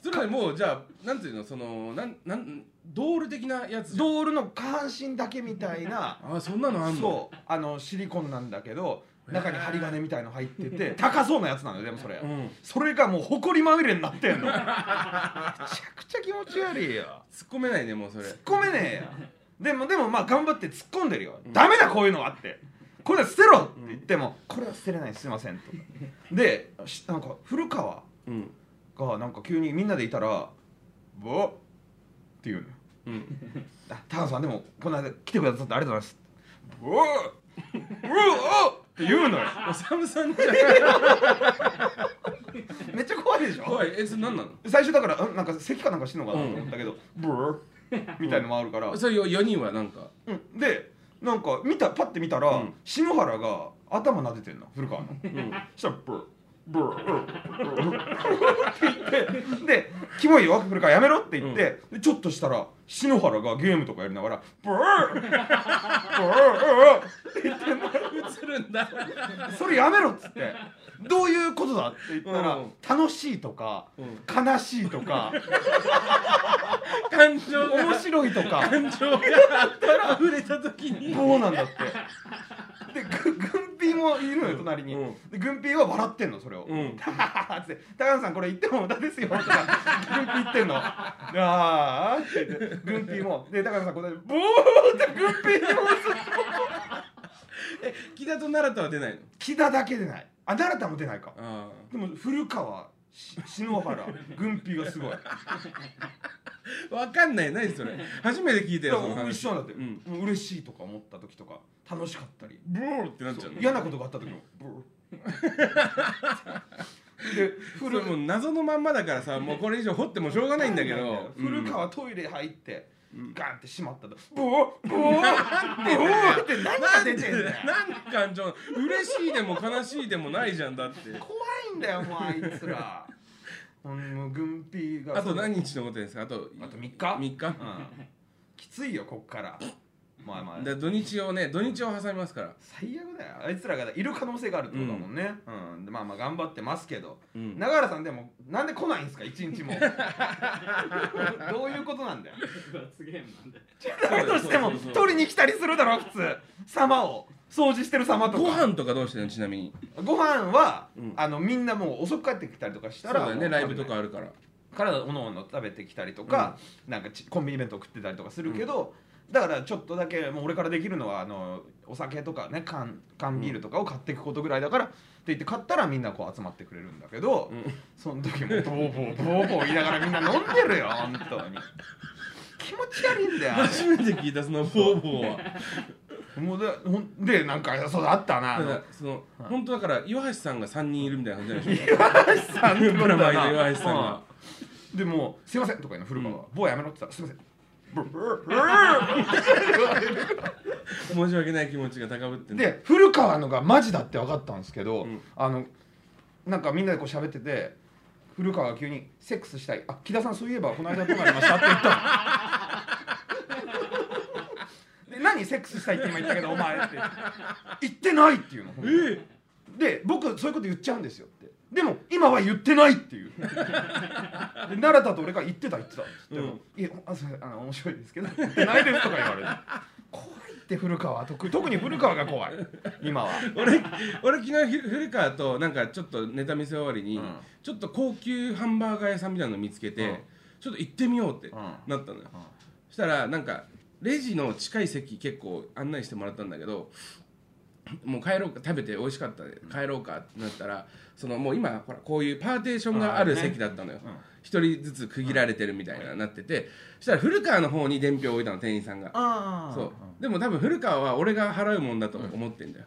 [SPEAKER 2] それはもうじゃあなんていうのそのなんなんドール的なやつじゃん
[SPEAKER 1] ドールの下半身だけみたいな
[SPEAKER 2] あそんなのあんの
[SPEAKER 1] そうあのシリコンなんだけど
[SPEAKER 2] へー
[SPEAKER 1] 中に針金みたいの入ってて高そうなやつなのよでもそれ、
[SPEAKER 2] ん
[SPEAKER 1] それがもう埃まみれになってん
[SPEAKER 2] [laughs]
[SPEAKER 1] のめちゃくちゃ気持ち悪いよ
[SPEAKER 2] 突っ込めないねもうそれ
[SPEAKER 1] 突っ込めねえよ [laughs] でもでもまあ頑張って突っ込んでるよ、ダメだこういうのはってこれは捨てろって言っても、これは捨てれないすいませんとでしなんか古川
[SPEAKER 2] うん
[SPEAKER 1] がなんか急にみんなでいたら「ぼ」って言うのよ
[SPEAKER 2] [laughs] うん
[SPEAKER 1] 「あ高野さんでもこの間来てくださってありがとうございます」ぼ「ぼ」「って言うのよ
[SPEAKER 2] おさむさん [laughs] じゃない
[SPEAKER 1] めっちゃ怖いでしょ
[SPEAKER 2] 怖いえそれ何なの
[SPEAKER 1] 最初だからんなんか咳かなんかしてんのかなと思ったけど「ぼ」みたいのもあるから、
[SPEAKER 2] それよ4人はなんか
[SPEAKER 1] うん、でなんか見たパッて見たら、
[SPEAKER 2] うん
[SPEAKER 1] 篠原が頭撫でてんの古川の
[SPEAKER 2] うん
[SPEAKER 1] そしたら「ぼ」ブーブーブーって言ってでキモいよ来るからやめろって言って、でちょっとしたら篠原がゲームとかやりながらブーブーブーって言ってんの
[SPEAKER 2] 映るんだ
[SPEAKER 1] それやめろっつってどういうことだって言ったら、
[SPEAKER 2] うん
[SPEAKER 1] 楽しいとか
[SPEAKER 2] うん
[SPEAKER 1] 悲しいと
[SPEAKER 2] [laughs]
[SPEAKER 1] か
[SPEAKER 2] 感情
[SPEAKER 1] 面白いとか
[SPEAKER 2] 感情が溢れた時 [laughs] に
[SPEAKER 1] そうなんだってでぐ [laughs] 軍ピーもいるのよ隣に、
[SPEAKER 2] うん
[SPEAKER 1] で軍ピーは笑ってんのそれを、
[SPEAKER 2] うん
[SPEAKER 1] ははははって「 [laughs] 高野さんこれ言っても無駄ですよ」とか軍ピー言ってんの「ああ」って言って軍ピーもで高野さんこれブーって軍ピーも
[SPEAKER 2] え木田と奈良とは出ないの
[SPEAKER 1] 木田だけでないあ奈良田も出ないか
[SPEAKER 2] あ
[SPEAKER 1] でも古川し篠原軍ピーがすごい
[SPEAKER 2] あわかんない何それ [laughs] 初めて聞いた
[SPEAKER 1] だから
[SPEAKER 2] よその
[SPEAKER 1] 僕
[SPEAKER 2] 話
[SPEAKER 1] 一緒なんだって、
[SPEAKER 2] うん
[SPEAKER 1] もう嬉しいとか思った時とか楽しかったり
[SPEAKER 2] ブーってなっちゃ
[SPEAKER 1] そうう
[SPEAKER 2] の
[SPEAKER 1] 嫌なことがあった時もブ
[SPEAKER 2] [laughs]
[SPEAKER 1] ーで
[SPEAKER 2] そ
[SPEAKER 1] 古
[SPEAKER 2] れもう謎のまんまだからさもうこれ以上掘ってもしょうがないんだけど
[SPEAKER 1] 古
[SPEAKER 2] うん
[SPEAKER 1] 川トイレ入って、
[SPEAKER 2] うん
[SPEAKER 1] ガンって閉まったとブーブーブーって何が出てんだよ
[SPEAKER 2] なんで感情嬉しいでも悲しいでもないじゃんだって
[SPEAKER 1] 怖いんだよもうあいつらうんもう軍艇が
[SPEAKER 2] あと何日のことですかあと
[SPEAKER 1] あと3日
[SPEAKER 2] 3日
[SPEAKER 1] うん、きついよこっからまあまあ
[SPEAKER 2] で土日をね土日を挟みますから
[SPEAKER 1] 最悪だよあいつらがいる可能性があるってことだもんね、うんでまあまあ頑張ってますけど
[SPEAKER 2] うん
[SPEAKER 1] 永原さんでもなんで来ないんですか一日もどういうことなんだよ
[SPEAKER 3] 罰ゲームなんで
[SPEAKER 1] だとしても
[SPEAKER 2] そうそうそう
[SPEAKER 1] 取りに来たりするだろ普通様を掃除してる様とか
[SPEAKER 2] ご飯とかどうしてるのちなみに
[SPEAKER 1] ご飯は、
[SPEAKER 2] うん
[SPEAKER 1] あのみんなもう遅く帰ってきたりとかし
[SPEAKER 2] そ
[SPEAKER 1] た
[SPEAKER 2] う
[SPEAKER 1] ら
[SPEAKER 2] だよ
[SPEAKER 1] も
[SPEAKER 2] ね
[SPEAKER 1] う
[SPEAKER 2] ライブとかあるから
[SPEAKER 1] からおのおの食べてきたりとか、なんかちコンビニ弁当食ってたりとかするけど、だからちょっとだけもう俺からできるのはあのお酒とかね缶缶ビールとかを買っていくことぐらいだから、って言って買ったらみんなこう集まってくれるんだけど、
[SPEAKER 2] うん
[SPEAKER 1] その時もボーボーボーボー言いながらみんな飲んでるよ本当に気持ち悪いんだよあれ
[SPEAKER 2] 初めて聞いたそのボーボーは
[SPEAKER 1] もうでほんでなんかそうだったなあ
[SPEAKER 2] た
[SPEAKER 1] の
[SPEAKER 2] だその本当だから岩橋さんが3人いるみたいな感じなんでし
[SPEAKER 1] 岩橋さんっ
[SPEAKER 2] [laughs]
[SPEAKER 1] てこ
[SPEAKER 2] ょ
[SPEAKER 1] とだ
[SPEAKER 2] ラ
[SPEAKER 1] な
[SPEAKER 2] マイの岩橋さんが
[SPEAKER 1] うんでもう「すいません」とか言うの古川は「棒やめろ」って言ったら「すいません」ブルブルブル [laughs]
[SPEAKER 2] 申し訳ない気持ちが高ぶってんの
[SPEAKER 1] で古川のがマジだって分かったんですけど、
[SPEAKER 2] うん
[SPEAKER 1] あのなんかみんなでこう喋ってて古川が急に「セックスしたい」あ「木田さんそういえばこの間どうなりました?」って言った [laughs] ので何セックスしたいって今言ったけどお前って言ってないっていうの、
[SPEAKER 2] えー
[SPEAKER 1] で僕そういうこと言っちゃうんですよってでも今は言ってないっていうで奈良田と俺が言ってた言ってたっつっても、いやあすいませんあの面白いですけど言ってないですとか言われて [laughs] 怖いって古川特特に古川が怖い今は
[SPEAKER 2] 俺 [laughs] 俺昨日ひ古川となんかちょっとネタ見せ終わりに、
[SPEAKER 1] うん
[SPEAKER 2] ちょっと高級ハンバーガー屋さんみたいなの見つけて、
[SPEAKER 1] うん
[SPEAKER 2] ちょっと行ってみようって
[SPEAKER 1] うん
[SPEAKER 2] なったのよ、そしたらなんかレジの近い席結構案内してもらったんだけどもう帰ろうか食べて美味しかったで帰ろうかってなったらそのもう今ほらこういうパーテーションがある席だったのよ
[SPEAKER 1] うん
[SPEAKER 2] 一、人ずつ区切られてるみたいななっててそしたら古川の方に伝票を置いたの店員さんが
[SPEAKER 1] ああ
[SPEAKER 2] そうでも多分古川は俺が払うもんだと思ってんだよ、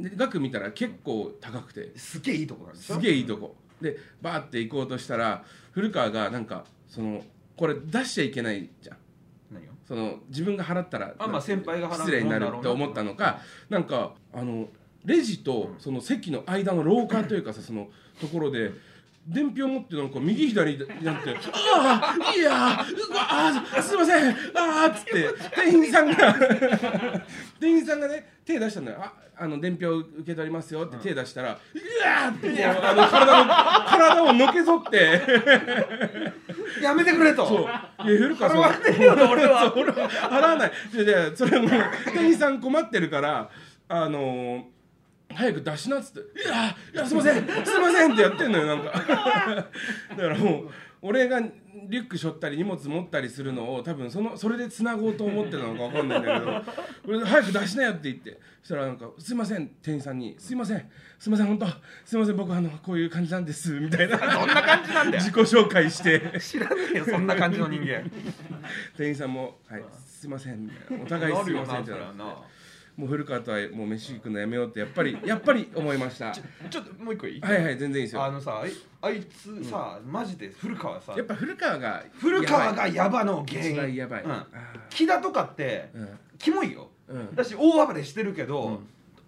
[SPEAKER 2] で額見たら結構高くて
[SPEAKER 1] すげえいいとこなんです
[SPEAKER 2] すげえいいとこでバーって行こうとしたら古川がなんかそのこれ出しちゃいけないじゃん
[SPEAKER 1] 何よ
[SPEAKER 2] その自分が払ったら
[SPEAKER 1] あまあ先輩が払う
[SPEAKER 2] 失礼になるって思ったのかなんかあのレジとその席の間の廊下というかさそのところで伝票持ってなんか右左になって「ああいやーうわあーすいませんああ」っつって店員さんが店員さんがね手出したんだよ「ああの伝票受け取りますよ」って手出したら「うわ!」ってもうあの体を体をのけぞって
[SPEAKER 1] やめてくれと
[SPEAKER 2] そういや古川
[SPEAKER 1] 払
[SPEAKER 2] さん
[SPEAKER 1] わねえよと俺は
[SPEAKER 2] 俺は払わないででそれもう店員さん困ってるからあのー早く出しなっつって「いやいやすいませんすいません」ってやってんのよなんかだからもう俺がリュック背負ったり荷物持ったりするのを多分そのそれで繋ごうと思ってたのか分かんないんだけど俺が「早く出しなよ」って言ってそしたらなんか「すいません」店員さんに「すいませんすいません本当すいません僕あのこういう感じなんです」みたいな
[SPEAKER 1] どんな感じなんだよ
[SPEAKER 2] 自己紹介して。
[SPEAKER 1] [laughs] 知らねえよそんな感じの人間 [laughs]
[SPEAKER 2] 店員さんも「はいすいません」みたいなお互いすいませんって
[SPEAKER 1] なる
[SPEAKER 2] な
[SPEAKER 1] よ
[SPEAKER 2] って
[SPEAKER 1] なな
[SPEAKER 2] もう古川とはもう飯行くのやめようってやっぱりやっぱり思いましたは
[SPEAKER 1] ちょっともう一個いい
[SPEAKER 2] いはい全然いいですよ
[SPEAKER 1] あのさあいあいつさ、マジで古川さ
[SPEAKER 2] やっぱ古川が
[SPEAKER 1] 古川が
[SPEAKER 2] や
[SPEAKER 1] ヤバの
[SPEAKER 2] ば
[SPEAKER 1] 原
[SPEAKER 2] い一番
[SPEAKER 1] 因
[SPEAKER 2] やばい
[SPEAKER 1] うん
[SPEAKER 2] あ
[SPEAKER 1] 木田とかって
[SPEAKER 2] ーうん
[SPEAKER 1] キモいよ
[SPEAKER 2] うん
[SPEAKER 1] だし大暴れしてるけど、
[SPEAKER 2] うん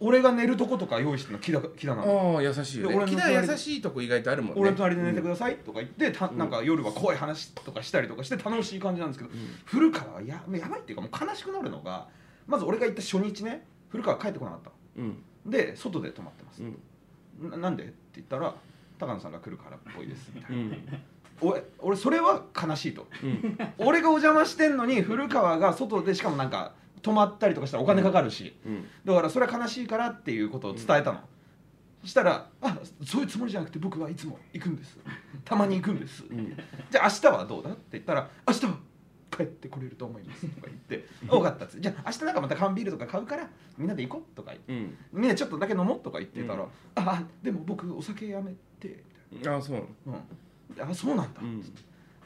[SPEAKER 1] 俺が寝るとことか用意してるの木だ木だなの
[SPEAKER 2] ああ優しいよ
[SPEAKER 1] で
[SPEAKER 2] ね
[SPEAKER 1] 俺
[SPEAKER 2] 木
[SPEAKER 1] の
[SPEAKER 2] 田
[SPEAKER 1] 隣で
[SPEAKER 2] 優しいとこ意外とあるもんね
[SPEAKER 1] 俺の隣で寝てく
[SPEAKER 2] だ
[SPEAKER 1] ださいとか言ってたなんか夜は怖い話とかしたりとかして楽しい感じなんですけど、
[SPEAKER 2] ん
[SPEAKER 1] 古川はややばいっていうかもう悲しくなるのがまず俺が行った初日ね古川帰ってこなかった
[SPEAKER 2] うんうん
[SPEAKER 1] ので外で泊まってます、
[SPEAKER 2] うん
[SPEAKER 1] ななんでって言ったら高野さんが来るからっぽいですみたいな、
[SPEAKER 2] うん
[SPEAKER 1] 俺俺それは悲しいと
[SPEAKER 2] うん
[SPEAKER 1] 俺がお邪魔してんのに古川が外でしかもなんか泊まったりとかしたらお金かかるし、
[SPEAKER 2] うん
[SPEAKER 1] だからそれは悲しいからっていうことを伝えたの、したら「あそういうつもりじゃなくて僕はいつも行くんですたまに行くんです」
[SPEAKER 2] うん
[SPEAKER 1] じゃあ明日はどうだ?」って言ったら「明日は帰ってこれると思います」とか言って「分かった」っつってじゃあ明日なんかまた缶ビールとか買うからみんなで行こう」とか言って
[SPEAKER 2] うん
[SPEAKER 1] 「みんなちょっとだけ飲もう」とか言ってたら「
[SPEAKER 2] う
[SPEAKER 1] ああでも僕お酒やめて」
[SPEAKER 2] ああそうなの
[SPEAKER 1] みたいなうん、あそうなんだ」
[SPEAKER 2] うん
[SPEAKER 1] で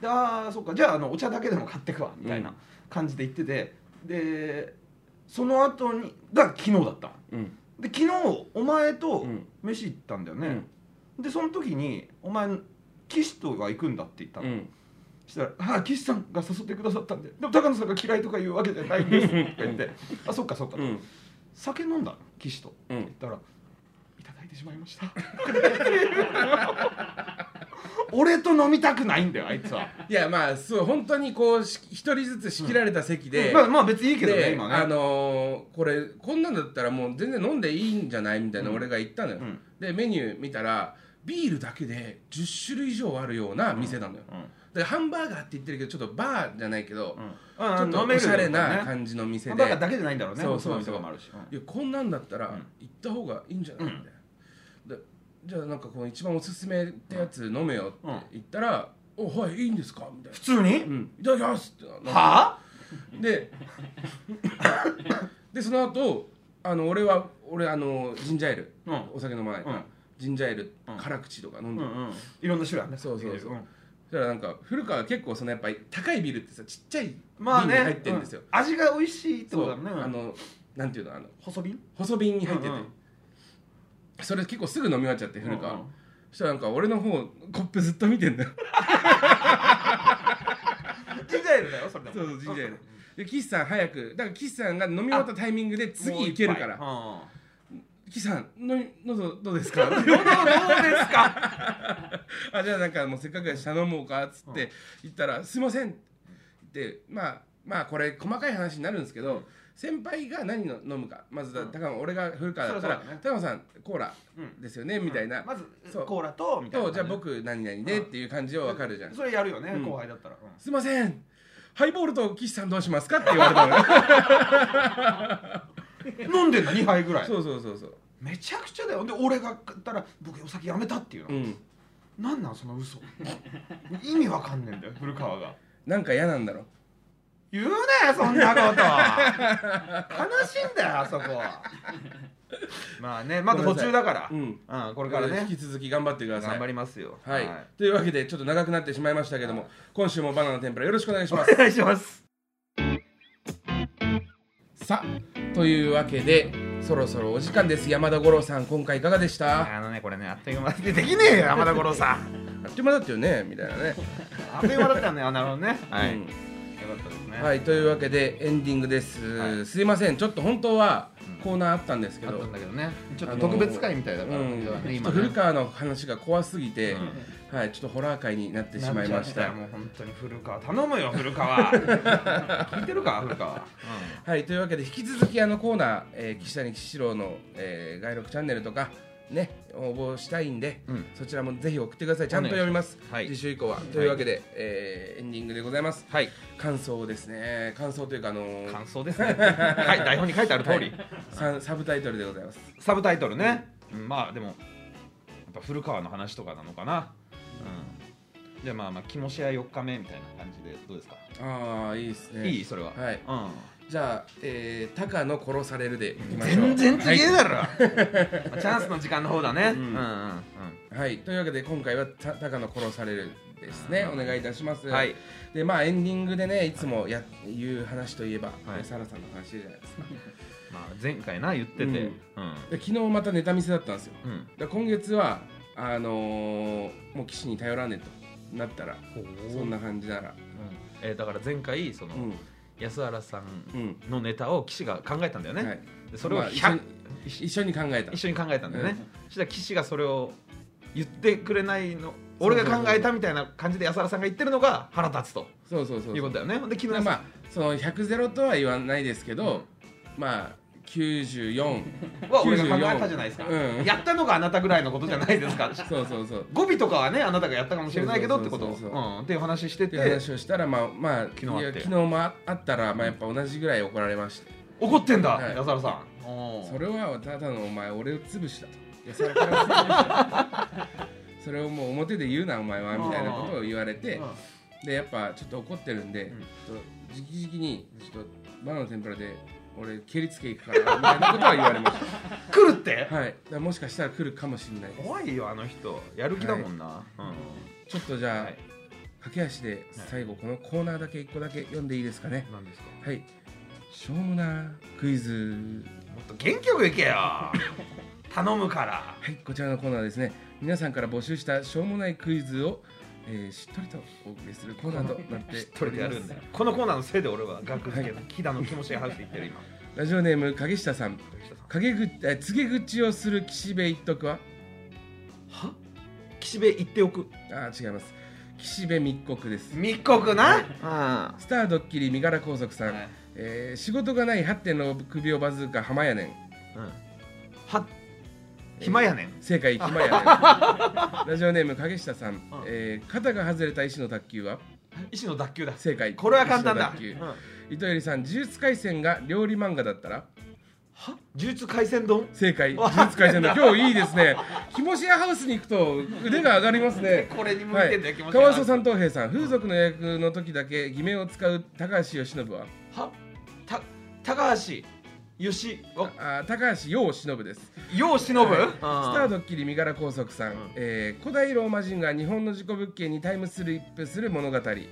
[SPEAKER 1] ああそっかじゃああのお茶だけでも買ってくわみたいな感じで言ってて、でその後にが昨日だったの
[SPEAKER 2] うん
[SPEAKER 1] で昨日お前と
[SPEAKER 2] うん
[SPEAKER 1] 飯行ったんだよね、でその時に「お前岸とは行くんだ」って言った
[SPEAKER 2] う
[SPEAKER 1] の、
[SPEAKER 2] ん
[SPEAKER 1] そしたら「ああ岸さんが誘ってくださったんででも高野さんが嫌いとか言うわけじゃないんです」とか言って「 [laughs] あそっかそっか」
[SPEAKER 2] うん
[SPEAKER 1] 酒飲んだの岸と」って
[SPEAKER 2] うん
[SPEAKER 1] 言ったら「いただいてしまいました」 [laughs] 俺と飲みたくないんだよあいつは。
[SPEAKER 2] いやまあそう本当にこうし一人ずつ仕切られた席で、
[SPEAKER 1] まあまあ別にいいけどね
[SPEAKER 2] で、
[SPEAKER 1] 今ね。
[SPEAKER 2] あのーこれこんなんだったらもう全然飲んでいいんじゃないみたいな
[SPEAKER 1] うん
[SPEAKER 2] 俺が言ったのよ、
[SPEAKER 1] うん
[SPEAKER 2] でメニュー見たらビールだけで10種類以上あるような店なのよ、
[SPEAKER 1] うん
[SPEAKER 2] でハンバーガーって言ってるけどちょっとバーじゃないけど、
[SPEAKER 1] うん
[SPEAKER 2] ちょっとおしゃれ
[SPEAKER 1] 飲める
[SPEAKER 2] な
[SPEAKER 1] よね
[SPEAKER 2] 感じの店
[SPEAKER 1] ハ
[SPEAKER 2] で、
[SPEAKER 1] ンバーガーだけじゃないんだろうね。
[SPEAKER 2] そうそうそう
[SPEAKER 1] お店とかもあるし。うん
[SPEAKER 2] いやこんなんだったら
[SPEAKER 1] うん
[SPEAKER 2] 行った方がいいんじゃないみたいな、でじゃあなんかこの一番おすすめってやつ飲めよって言ったら「おはいいいんですか?」みたい
[SPEAKER 1] [laughs]
[SPEAKER 2] な
[SPEAKER 1] 普通に
[SPEAKER 2] 「うんいただきます」ってなって
[SPEAKER 1] はあ
[SPEAKER 2] で
[SPEAKER 1] [laughs]
[SPEAKER 2] でその後あの俺は俺あのジンジャーエール、
[SPEAKER 1] うん
[SPEAKER 2] お酒飲まないから、
[SPEAKER 1] うん
[SPEAKER 2] ジンジャーエール、
[SPEAKER 1] うん
[SPEAKER 2] 辛口とか飲
[SPEAKER 1] うんん
[SPEAKER 2] で、
[SPEAKER 1] うんいろんな種類あるね
[SPEAKER 2] そうそうそうんそしたらなんか古川は結構そのやっぱり高いビールってさちっちゃい瓶に
[SPEAKER 1] まあね
[SPEAKER 2] 入ってるんですよ、
[SPEAKER 1] う味が美味しいって
[SPEAKER 2] そ
[SPEAKER 1] こ
[SPEAKER 2] う
[SPEAKER 1] とだね
[SPEAKER 2] あのなんていうのあの
[SPEAKER 1] 細瓶
[SPEAKER 2] 細瓶に入ってて、
[SPEAKER 1] うんうん
[SPEAKER 2] それ結構すぐ飲み終わっちゃって古川、
[SPEAKER 1] うんうん
[SPEAKER 2] そしたらなんか俺の方コップずっと見てんだよ [laughs]
[SPEAKER 1] ジンジャーエールだよそれでも
[SPEAKER 2] そうそうジンジャーエールで岸さん早くだから岸さんが飲み終わったタイミングで次行けるから
[SPEAKER 1] ら
[SPEAKER 2] 岸さんの喉どうですか
[SPEAKER 1] どうどうです [laughs] か
[SPEAKER 2] あじゃあなんかもうせっかくだし頼もうかっつっ
[SPEAKER 1] う
[SPEAKER 2] て言ったら「すいません」ってまあまあこれ細かい話になるんですけど、先輩が何の飲むかまずだ
[SPEAKER 1] うん
[SPEAKER 2] 高野俺が古川だったら
[SPEAKER 1] そりゃそうだね
[SPEAKER 2] 「高野さんコーラ
[SPEAKER 1] うん
[SPEAKER 2] ですよね」みたいな
[SPEAKER 1] まず
[SPEAKER 2] そう
[SPEAKER 1] コーラと
[SPEAKER 2] 「
[SPEAKER 1] みたいな
[SPEAKER 2] とじゃあ僕何々で」っていう感じを分かるじゃん「
[SPEAKER 1] それやるよね
[SPEAKER 2] うん
[SPEAKER 1] 後輩だったらうん
[SPEAKER 2] すいませんハイボールと岸さんどうしますか?」って言われた
[SPEAKER 1] [laughs]
[SPEAKER 2] のよ
[SPEAKER 1] 飲んでんの2杯ぐらい
[SPEAKER 2] そうそうそうそう
[SPEAKER 1] めちゃくちゃだよで俺が買ったら僕お酒やめたっていう
[SPEAKER 2] う
[SPEAKER 1] の
[SPEAKER 2] ん
[SPEAKER 1] なんなんその [laughs] 嘘意味わかんねえんだよ古川が
[SPEAKER 2] なんか嫌なんだろ
[SPEAKER 1] 言うなよそんなこと悲しいんだよあそこまあねまだ途中だから
[SPEAKER 2] ううん
[SPEAKER 1] うん、こ
[SPEAKER 2] こ
[SPEAKER 1] れからね
[SPEAKER 2] 引き続き頑張ってください
[SPEAKER 1] 頑張りますよ
[SPEAKER 2] はい、というわけでちょっと長くなってしまいましたけども今週もバナナの天ぷらよろしくお願いします
[SPEAKER 1] お願いします
[SPEAKER 2] さあというわけでそろそろお時間です山田五郎さん今回いかがでした
[SPEAKER 1] あのねこれねあっという間でできねえよ [laughs] 山田五郎さん
[SPEAKER 2] あっという間だったよねみたいなね、
[SPEAKER 1] あっという間だったよねあなるほどねはい、よ
[SPEAKER 2] うん
[SPEAKER 1] かったですね、
[SPEAKER 2] はいというわけでエンディングです、
[SPEAKER 1] はい
[SPEAKER 2] すいませんちょっと本当は
[SPEAKER 1] うん
[SPEAKER 2] コーナーあったんですけ
[SPEAKER 1] あっ
[SPEAKER 2] ど、
[SPEAKER 1] たんだけどねちょっ
[SPEAKER 2] あ
[SPEAKER 1] と
[SPEAKER 2] のー
[SPEAKER 1] 特別会みたいだから、
[SPEAKER 2] うん
[SPEAKER 1] だからね
[SPEAKER 2] ちょっ
[SPEAKER 1] 今
[SPEAKER 2] と古
[SPEAKER 1] ね
[SPEAKER 2] 川の話が怖すぎて、
[SPEAKER 1] うん
[SPEAKER 2] はい、ちょっとホラー界になってしまいました
[SPEAKER 1] もう本当に古川頼むよ古川聞いてるか古川、
[SPEAKER 2] はい、というわけで引き続きあのコーナー、えー、岸谷岸四郎の、えー、外録チャンネルとかね応募したいんで、
[SPEAKER 1] うん
[SPEAKER 2] そちらもぜひ送ってくださいちゃんと読みます
[SPEAKER 1] はい
[SPEAKER 2] 次週以降は、というわけで、えーエンディングでございます
[SPEAKER 1] はい
[SPEAKER 2] 感想ですね感想というかあのー
[SPEAKER 1] 感想ですねはい台本に書いてある通り、
[SPEAKER 2] ササブタイトルでございます
[SPEAKER 1] サブタイトルね、うんまあでもやっぱ古川の話とかなのかな、うん、じゃあまあまあ気持ちや4日目みたいな感じでどうですか、
[SPEAKER 2] ああいいですね
[SPEAKER 1] いいそれは、
[SPEAKER 2] はい
[SPEAKER 1] うん、
[SPEAKER 2] じゃあ、えー、タカの殺されるでいきましょう
[SPEAKER 1] 全然
[SPEAKER 2] は
[SPEAKER 1] 違
[SPEAKER 2] い
[SPEAKER 1] えだろ、まあチャンスの時間の方だね、
[SPEAKER 2] う
[SPEAKER 1] うんんうんうん
[SPEAKER 2] はい、というわけで今回はた高野殺されるですねお願いいたします、
[SPEAKER 1] はい
[SPEAKER 2] でまあエンディングでねいつもや、言う話といえば、
[SPEAKER 1] はい
[SPEAKER 2] サラさんの話じゃないですか
[SPEAKER 1] まあ、前回な言ってて、
[SPEAKER 2] う
[SPEAKER 1] うんん
[SPEAKER 2] で昨日またネタ見せだったんですよ
[SPEAKER 1] うん
[SPEAKER 2] だから今月はあのーもう岸に頼らねえとなったらそんな感じなら、
[SPEAKER 1] うんえーだから前回その、
[SPEAKER 2] うん
[SPEAKER 1] 安原さん
[SPEAKER 2] うん
[SPEAKER 1] のネタを岸が考えたんだよね、
[SPEAKER 2] はい、
[SPEAKER 1] でそれを
[SPEAKER 2] まあ
[SPEAKER 1] 100、
[SPEAKER 2] 一緒に考えた
[SPEAKER 1] 一緒に考えたんだよね、そしたら岸がそれを言ってくれないの俺が考えたみたいな感じで安原さんが言ってるのが腹立つと
[SPEAKER 2] そうそうそう
[SPEAKER 1] いうことだよねで木
[SPEAKER 2] ま
[SPEAKER 1] 村さ
[SPEAKER 2] あ
[SPEAKER 1] ん、
[SPEAKER 2] まあその100ゼロとは言わないですけど、まあ94
[SPEAKER 1] は俺が考えたじゃないですか、
[SPEAKER 2] うん
[SPEAKER 1] やったのがあなたぐらいのことじゃない
[SPEAKER 2] [laughs]
[SPEAKER 1] ですか
[SPEAKER 2] そうそうそう
[SPEAKER 1] 語尾とかはねあなたがやったかもしれないけどってこと
[SPEAKER 2] そうそうそうそう
[SPEAKER 1] うんっていう話して
[SPEAKER 2] って
[SPEAKER 1] て
[SPEAKER 2] 話をしたらまあまあ
[SPEAKER 1] 昨日あって
[SPEAKER 2] いや昨日もあったらまあやっぱ同じぐらい怒られました、
[SPEAKER 1] 怒ってんだ、
[SPEAKER 2] はい
[SPEAKER 1] 安原さんおー
[SPEAKER 2] それはただのお前俺を潰したといやそれから
[SPEAKER 1] [laughs]
[SPEAKER 2] 潰したそれをもう表で言うなお前はみたいなことを言われて
[SPEAKER 1] うん
[SPEAKER 2] でやっぱちょっと怒ってるんで、
[SPEAKER 1] うん
[SPEAKER 2] ちょっと直々にちょっとバナナの天ぷらで俺蹴りつけ行くからみたいなことは言われまし
[SPEAKER 1] 来るって [laughs]
[SPEAKER 2] たはいだからもしかしたら来るかもしれないです
[SPEAKER 1] 怖いよあの人やる気だもんな、う
[SPEAKER 2] ちょっとじゃあ、
[SPEAKER 1] はい
[SPEAKER 2] 駆け足で最後このコーナーだけ一個だけ読んでいいですかね
[SPEAKER 1] んなんですか
[SPEAKER 2] はいしょうもなクイズ
[SPEAKER 1] もっと元気よくい [laughs] けよ頼むから
[SPEAKER 2] はい、こちらのコーナーですね。皆さんから募集したしょうもないクイズを、えーしっとりとお送りするコーナーとなっ
[SPEAKER 1] [laughs]
[SPEAKER 2] て
[SPEAKER 1] しっと
[SPEAKER 2] お
[SPEAKER 1] り
[SPEAKER 2] り
[SPEAKER 1] でや
[SPEAKER 2] ま
[SPEAKER 1] るん
[SPEAKER 2] す
[SPEAKER 1] だよ。このコーナーのせいで俺は学付けの木田の気持ちハウス行ってる今
[SPEAKER 2] ラジオネーム影下さん。陰ぐえ告げ口をする岸辺一徳は
[SPEAKER 1] は岸辺行っておく
[SPEAKER 2] あー違います。岸辺密告です。
[SPEAKER 1] 密告な
[SPEAKER 2] スタードッキリ身柄拘束
[SPEAKER 1] う
[SPEAKER 2] さ
[SPEAKER 1] ん
[SPEAKER 2] ん、えー仕事がない8.6秒バズーカ浜やねん
[SPEAKER 1] うんは暇やねん
[SPEAKER 2] 正
[SPEAKER 1] [laughs]
[SPEAKER 2] 解暇やねんラジオネーム影下さ
[SPEAKER 1] う
[SPEAKER 2] ん、
[SPEAKER 1] ん
[SPEAKER 2] えー肩が外れた石の卓球は
[SPEAKER 1] 医師の脱臼だ
[SPEAKER 2] 正解
[SPEAKER 1] これは簡単だ
[SPEAKER 2] 石
[SPEAKER 1] うん
[SPEAKER 2] の卓球糸入さん呪術廻戦が料理漫画だったら
[SPEAKER 1] は呪術廻戦丼
[SPEAKER 2] 正解
[SPEAKER 1] わ
[SPEAKER 2] 呪術廻戦の今日いいですねひもしやハウスに行くと腕が上がりますね
[SPEAKER 1] これに向
[SPEAKER 2] はい
[SPEAKER 1] て
[SPEAKER 2] い
[SPEAKER 1] んだよ気持、ち
[SPEAKER 2] 川磯さん、東平さん、風俗の予約の時だけ偽名を使う高橋由伸は
[SPEAKER 1] はた高橋よしお
[SPEAKER 2] あ高橋陽忍です。ス
[SPEAKER 1] よう忍ぶ
[SPEAKER 2] はい
[SPEAKER 1] スタ
[SPEAKER 2] タードッキリ身柄拘束さん、
[SPEAKER 1] うん
[SPEAKER 2] えー古代ローマ人が日本の事故物件にタイムスリップする物語、え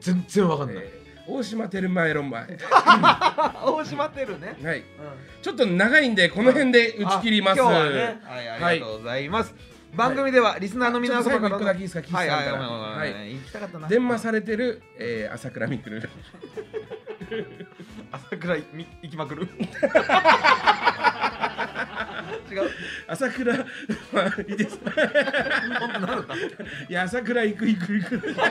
[SPEAKER 1] 全然わかんない
[SPEAKER 2] ー大島テルマエロンマエ。
[SPEAKER 1] 大島てるね
[SPEAKER 2] はい、
[SPEAKER 1] うん
[SPEAKER 2] ちょっと長いんでこの辺で打ち切ります。
[SPEAKER 1] あ今日はね、はい、ありがとうございます。番組ではリスナーの皆様からの、
[SPEAKER 2] ちょっと最後一個だけいいですか岸さ
[SPEAKER 1] は
[SPEAKER 2] ん
[SPEAKER 1] い
[SPEAKER 2] から
[SPEAKER 1] はいはいはいはい、行きたかったな。
[SPEAKER 2] 電話されてる、えー朝倉未来。
[SPEAKER 1] 朝倉いみ行きまく
[SPEAKER 2] [laughs]
[SPEAKER 1] る。違う。
[SPEAKER 2] 朝倉、まあいいです。
[SPEAKER 1] 本当なんだっ
[SPEAKER 2] いや、朝倉行く行く行く。
[SPEAKER 1] た。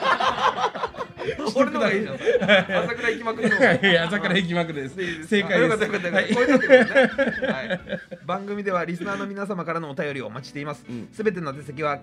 [SPEAKER 1] 俺の方がいいじゃん。朝倉行きまくるの。
[SPEAKER 2] [laughs] いや朝から行きまくるです。
[SPEAKER 1] いいですか
[SPEAKER 2] 正解
[SPEAKER 1] よ
[SPEAKER 2] で
[SPEAKER 1] かっ
[SPEAKER 2] す。
[SPEAKER 1] たよかったよか
[SPEAKER 2] は
[SPEAKER 1] ったこうい
[SPEAKER 2] い
[SPEAKER 1] うのですねはい番組ではリスナーの皆様からのお便りをお待ちしています
[SPEAKER 2] うん
[SPEAKER 1] すべ、ての手先は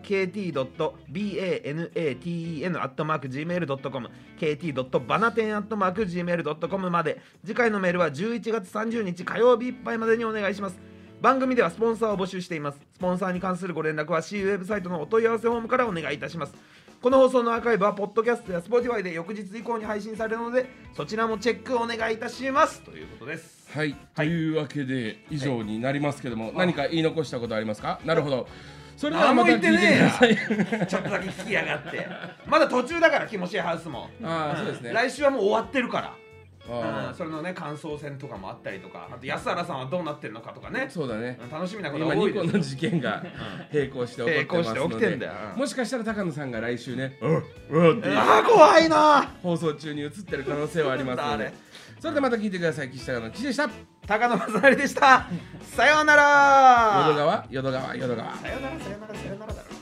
[SPEAKER 1] kt.banaten.gmail.com kt.banaten.gmail.com まで次回のメールは11月30日火曜日いっぱいまでにお願いします番組ではスポンサーを募集していますスポンサーに関するご連絡は C ウェブサイトのお問い合わせフォームからお願いいたしますこの放送のアーカイブはポッドキャストや Spotify で翌日以降に配信されるのでそちらもチェックお願いいたしますということです
[SPEAKER 2] はい、というわけで以上になりますけども、何か言い残したことありますかなるほどそれでは
[SPEAKER 1] 何も
[SPEAKER 2] また
[SPEAKER 1] 言
[SPEAKER 2] 聞
[SPEAKER 1] っ
[SPEAKER 2] い
[SPEAKER 1] て
[SPEAKER 2] て
[SPEAKER 1] ね
[SPEAKER 2] く
[SPEAKER 1] え
[SPEAKER 2] ださい
[SPEAKER 1] やちょっとだけ聞きやがってまだ途中だから気持ちいいハウスも
[SPEAKER 2] ああそうですね
[SPEAKER 1] 来週はもう終わってるからうん
[SPEAKER 2] あ
[SPEAKER 1] それのね感想戦とかもあったりとかあと安原さんはどうなってるのかとかね
[SPEAKER 2] あそうだね
[SPEAKER 1] うん楽しみなこと
[SPEAKER 2] 今
[SPEAKER 1] が多い
[SPEAKER 2] 2
[SPEAKER 1] で
[SPEAKER 2] 個
[SPEAKER 1] す
[SPEAKER 2] の事件が並行して起こって
[SPEAKER 1] 並行して
[SPEAKER 2] ます
[SPEAKER 1] 起
[SPEAKER 2] の
[SPEAKER 1] きて
[SPEAKER 2] で
[SPEAKER 1] んだようん
[SPEAKER 2] もしかしたら高野さんが来週ね「うんうん」っていう
[SPEAKER 1] ああ怖いな
[SPEAKER 2] 放送中に映ってる可能性はありますの
[SPEAKER 1] なんだあ
[SPEAKER 2] で
[SPEAKER 1] れ
[SPEAKER 2] それではまた聞いてください岸高の岸でした
[SPEAKER 1] 高野正成でしたさようなら
[SPEAKER 2] 淀川淀川淀川
[SPEAKER 1] さよならさよならさよならだろ